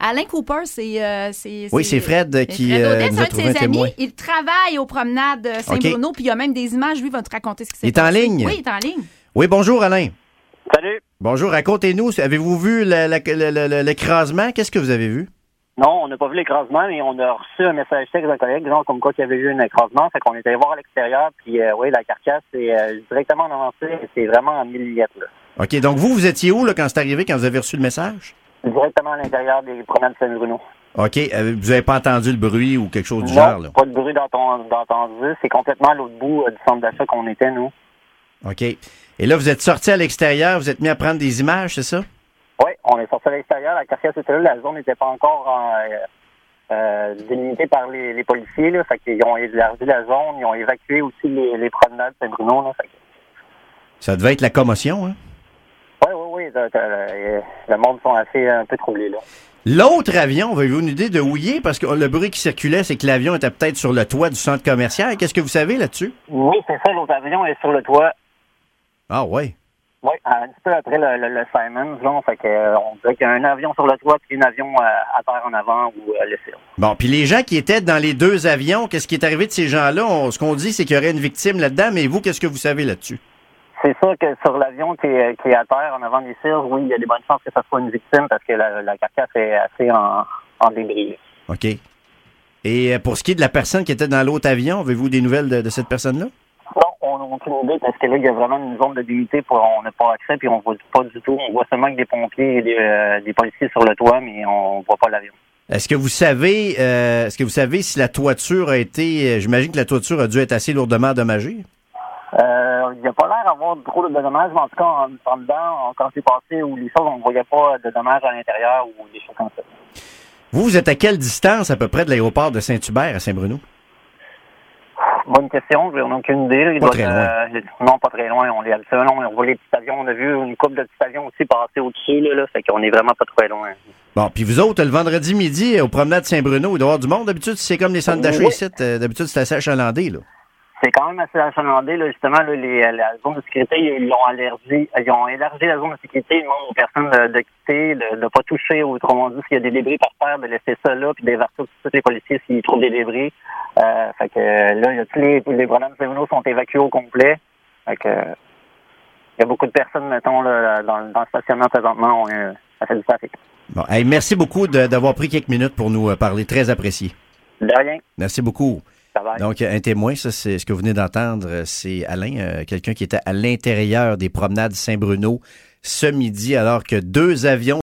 Alain Cooper, c'est. euh, c'est- Oui, c'est Fred qui Fred Audet, euh, c'est nous a un de trouvé un ses amis. témoin. Il travaille aux promenades euh, Saint-Bruno, puis il y a même des images. Lui va te raconter ce qui s'est Il est en passé. ligne. Oui, il est en ligne. Oui, bonjour Alain. Salut. Bonjour, racontez-nous, avez-vous vu la- la- la- la- la- l'écrasement? Qu'est-ce que vous avez vu? Non, on n'a pas vu l'écrasement, mais on a reçu un message texte d'un collègue disant comme quoi qu'il y avait eu un écrasement. Fait qu'on est allé voir à l'extérieur, puis euh, oui, la carcasse est euh, directement en avancée. C'est vraiment en milliettes, là. OK, donc vous, vous étiez où là, quand c'est arrivé, quand vous avez reçu le message? Directement à l'intérieur des promenades Saint-Bruno. OK, euh, vous n'avez pas entendu le bruit ou quelque chose du genre? Non, Là. pas de bruit dans ton, dans ton vue. C'est complètement à l'autre bout euh, du centre d'achat qu'on était, nous. OK. Et là, vous êtes sorti à l'extérieur, vous êtes mis à prendre des images, c'est ça? Oui, on est sorti à l'extérieur. La carcasse était là. La zone n'était pas encore euh, euh, délimitée par les, les policiers. Là. Fait qu'ils ont élargi la zone. Ils ont évacué aussi les, les promenades Saint-Bruno. Là. Fait que- Ça devait être la commotion, hein? Oui, oui, oui. Le, le- euh, le monde sont assez euh, un peu troublés. Là. L'autre avion, avez-vous une idée de où il est? Parce que oh, le bruit qui circulait, c'est que l'avion était peut-être sur le toit du centre commercial. Qu'est-ce que vous savez là-dessus? Oui, c'est ça. L'autre avion est sur le toit. Ah ouais. Oui, un petit peu après le, le, le Simons. Là. Fait que, euh, on dirait qu'il y a un avion sur le toit puis un avion euh, à terre en avant ou euh, à l'essai. Bon, puis les gens qui étaient dans les deux avions, qu'est-ce qui est arrivé de ces gens-là? On- ce qu'on dit, c'est qu'il y aurait une victime là-dedans, mais vous, qu'est-ce que vous savez là-dessus? C'est sûr que sur l'avion qui est, qui est à terre, en avant des cires, oui, il y a des bonnes chances que ça soit une victime parce que la, la carcasse est assez en, en débris. OK. Et euh, pour ce qui est de la personne qui était dans l'autre avion, avez-vous des nouvelles de, de cette personne-là? Non, on n'a aucune idée parce que là, il y a vraiment une zone de débilité pour on n'a pas accès puis on voit pas du tout. On voit seulement que des pompiers et des, euh, des policiers sur le toit, mais on voit pas l'avion. Est-ce que vous savez euh, est-ce que vous savez si la toiture a été euh, j'imagine que la toiture a dû être assez lourdement endommagée? Euh, il n'y a pas l'air d'avoir trop de dommages, mais en tout cas, en, en dedans, en- quand c'est passé ou les choses, on ne voyait pas de dommages à l'intérieur ou des choses comme ça. Vous, vous êtes à quelle distance à peu près de l'aéroport de Saint-Hubert à Saint-Bruno? Bonne question, on n'a aucune idée. là. Il Pas doit très être, euh, non, pas très loin. On est à le seul. On voit les petits avions. On a vu une coupe de petits avions aussi passer au-dessus. Là, là, fait qu'on est vraiment pas très loin. Bon, puis vous autres, le vendredi midi, euh, au promenade Saint-Bruno, il doit y avoir du monde. D'habitude, c'est comme les centres d'achat Oui. ici. euh, D'habitude, c'est assez achalandé, là. C'est quand même assez achalandé. Là, justement, là, les, euh, la zone de sécurité, ils l'ont allergie. Ils ont élargi la zone de sécurité. Ils demandent aux personnes euh, de, de quitter, de ne pas toucher. Autrement dit, s'il y a des débris par terre, de laisser ça là, puis d'évacuer tout de suite les policiers s'ils trouvent des débris. Euh, fait que euh, là, il y a tous les, les problèmes féminaux sont évacués au complet. Fait que, euh, il y a beaucoup de personnes, mettons, là, dans, dans le stationnement présentement, on euh, ça fait du trafic. Bon, hey, merci beaucoup de- d'avoir pris quelques minutes pour nous euh, parler. Très apprécié. De rien. Merci beaucoup. Ça va. Donc, euh, un témoin, ça, c'est ce que vous venez d'entendre, euh, c'est Alain, euh, quelqu'un qui était à l'intérieur des promenades Saint-Bruno ce midi, alors que deux avions